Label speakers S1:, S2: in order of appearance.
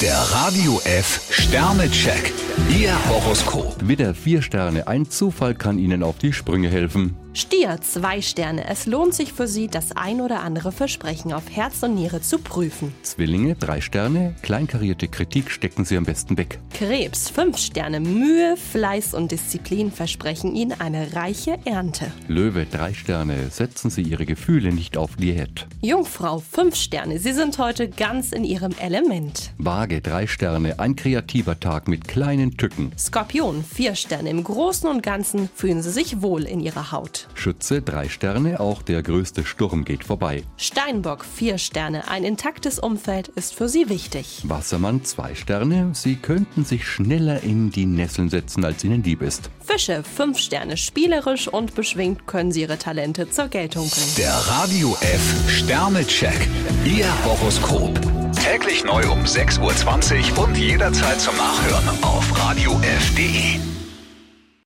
S1: Der Radio F Sternecheck. Ihr Horoskop.
S2: Widder, vier Sterne. Ein Zufall kann Ihnen auf die Sprünge helfen.
S3: Stier, zwei Sterne. Es lohnt sich für Sie, das ein oder andere Versprechen auf Herz und Niere zu prüfen.
S2: Zwillinge, drei Sterne. Kleinkarierte Kritik stecken Sie am besten weg.
S3: Krebs, fünf Sterne. Mühe, Fleiß und Disziplin versprechen Ihnen eine reiche Ernte.
S2: Löwe, drei Sterne. Setzen Sie Ihre Gefühle nicht auf Diät.
S3: Jungfrau, fünf Sterne. Sie sind heute ganz in Ihrem Element.
S2: Waage, drei Sterne. Ein kreativer Tag mit kleinen Tücken.
S3: Skorpion, vier Sterne. Im Großen und Ganzen fühlen Sie sich wohl in Ihrer Haut.
S2: Schütze, drei Sterne. Auch der größte Sturm geht vorbei.
S3: Steinbock, vier Sterne. Ein intaktes Umfeld ist für Sie wichtig.
S2: Wassermann, zwei Sterne. Sie könnten sich schneller in die Nesseln setzen, als Ihnen lieb ist.
S3: Fische, fünf Sterne. Spielerisch und beschwingt können Sie Ihre Talente zur Geltung bringen.
S1: Der Radio F Sternecheck. Ihr Horoskop. Täglich neu um 6.20 Uhr und jederzeit zum Nachhören auf Radio radiof.de.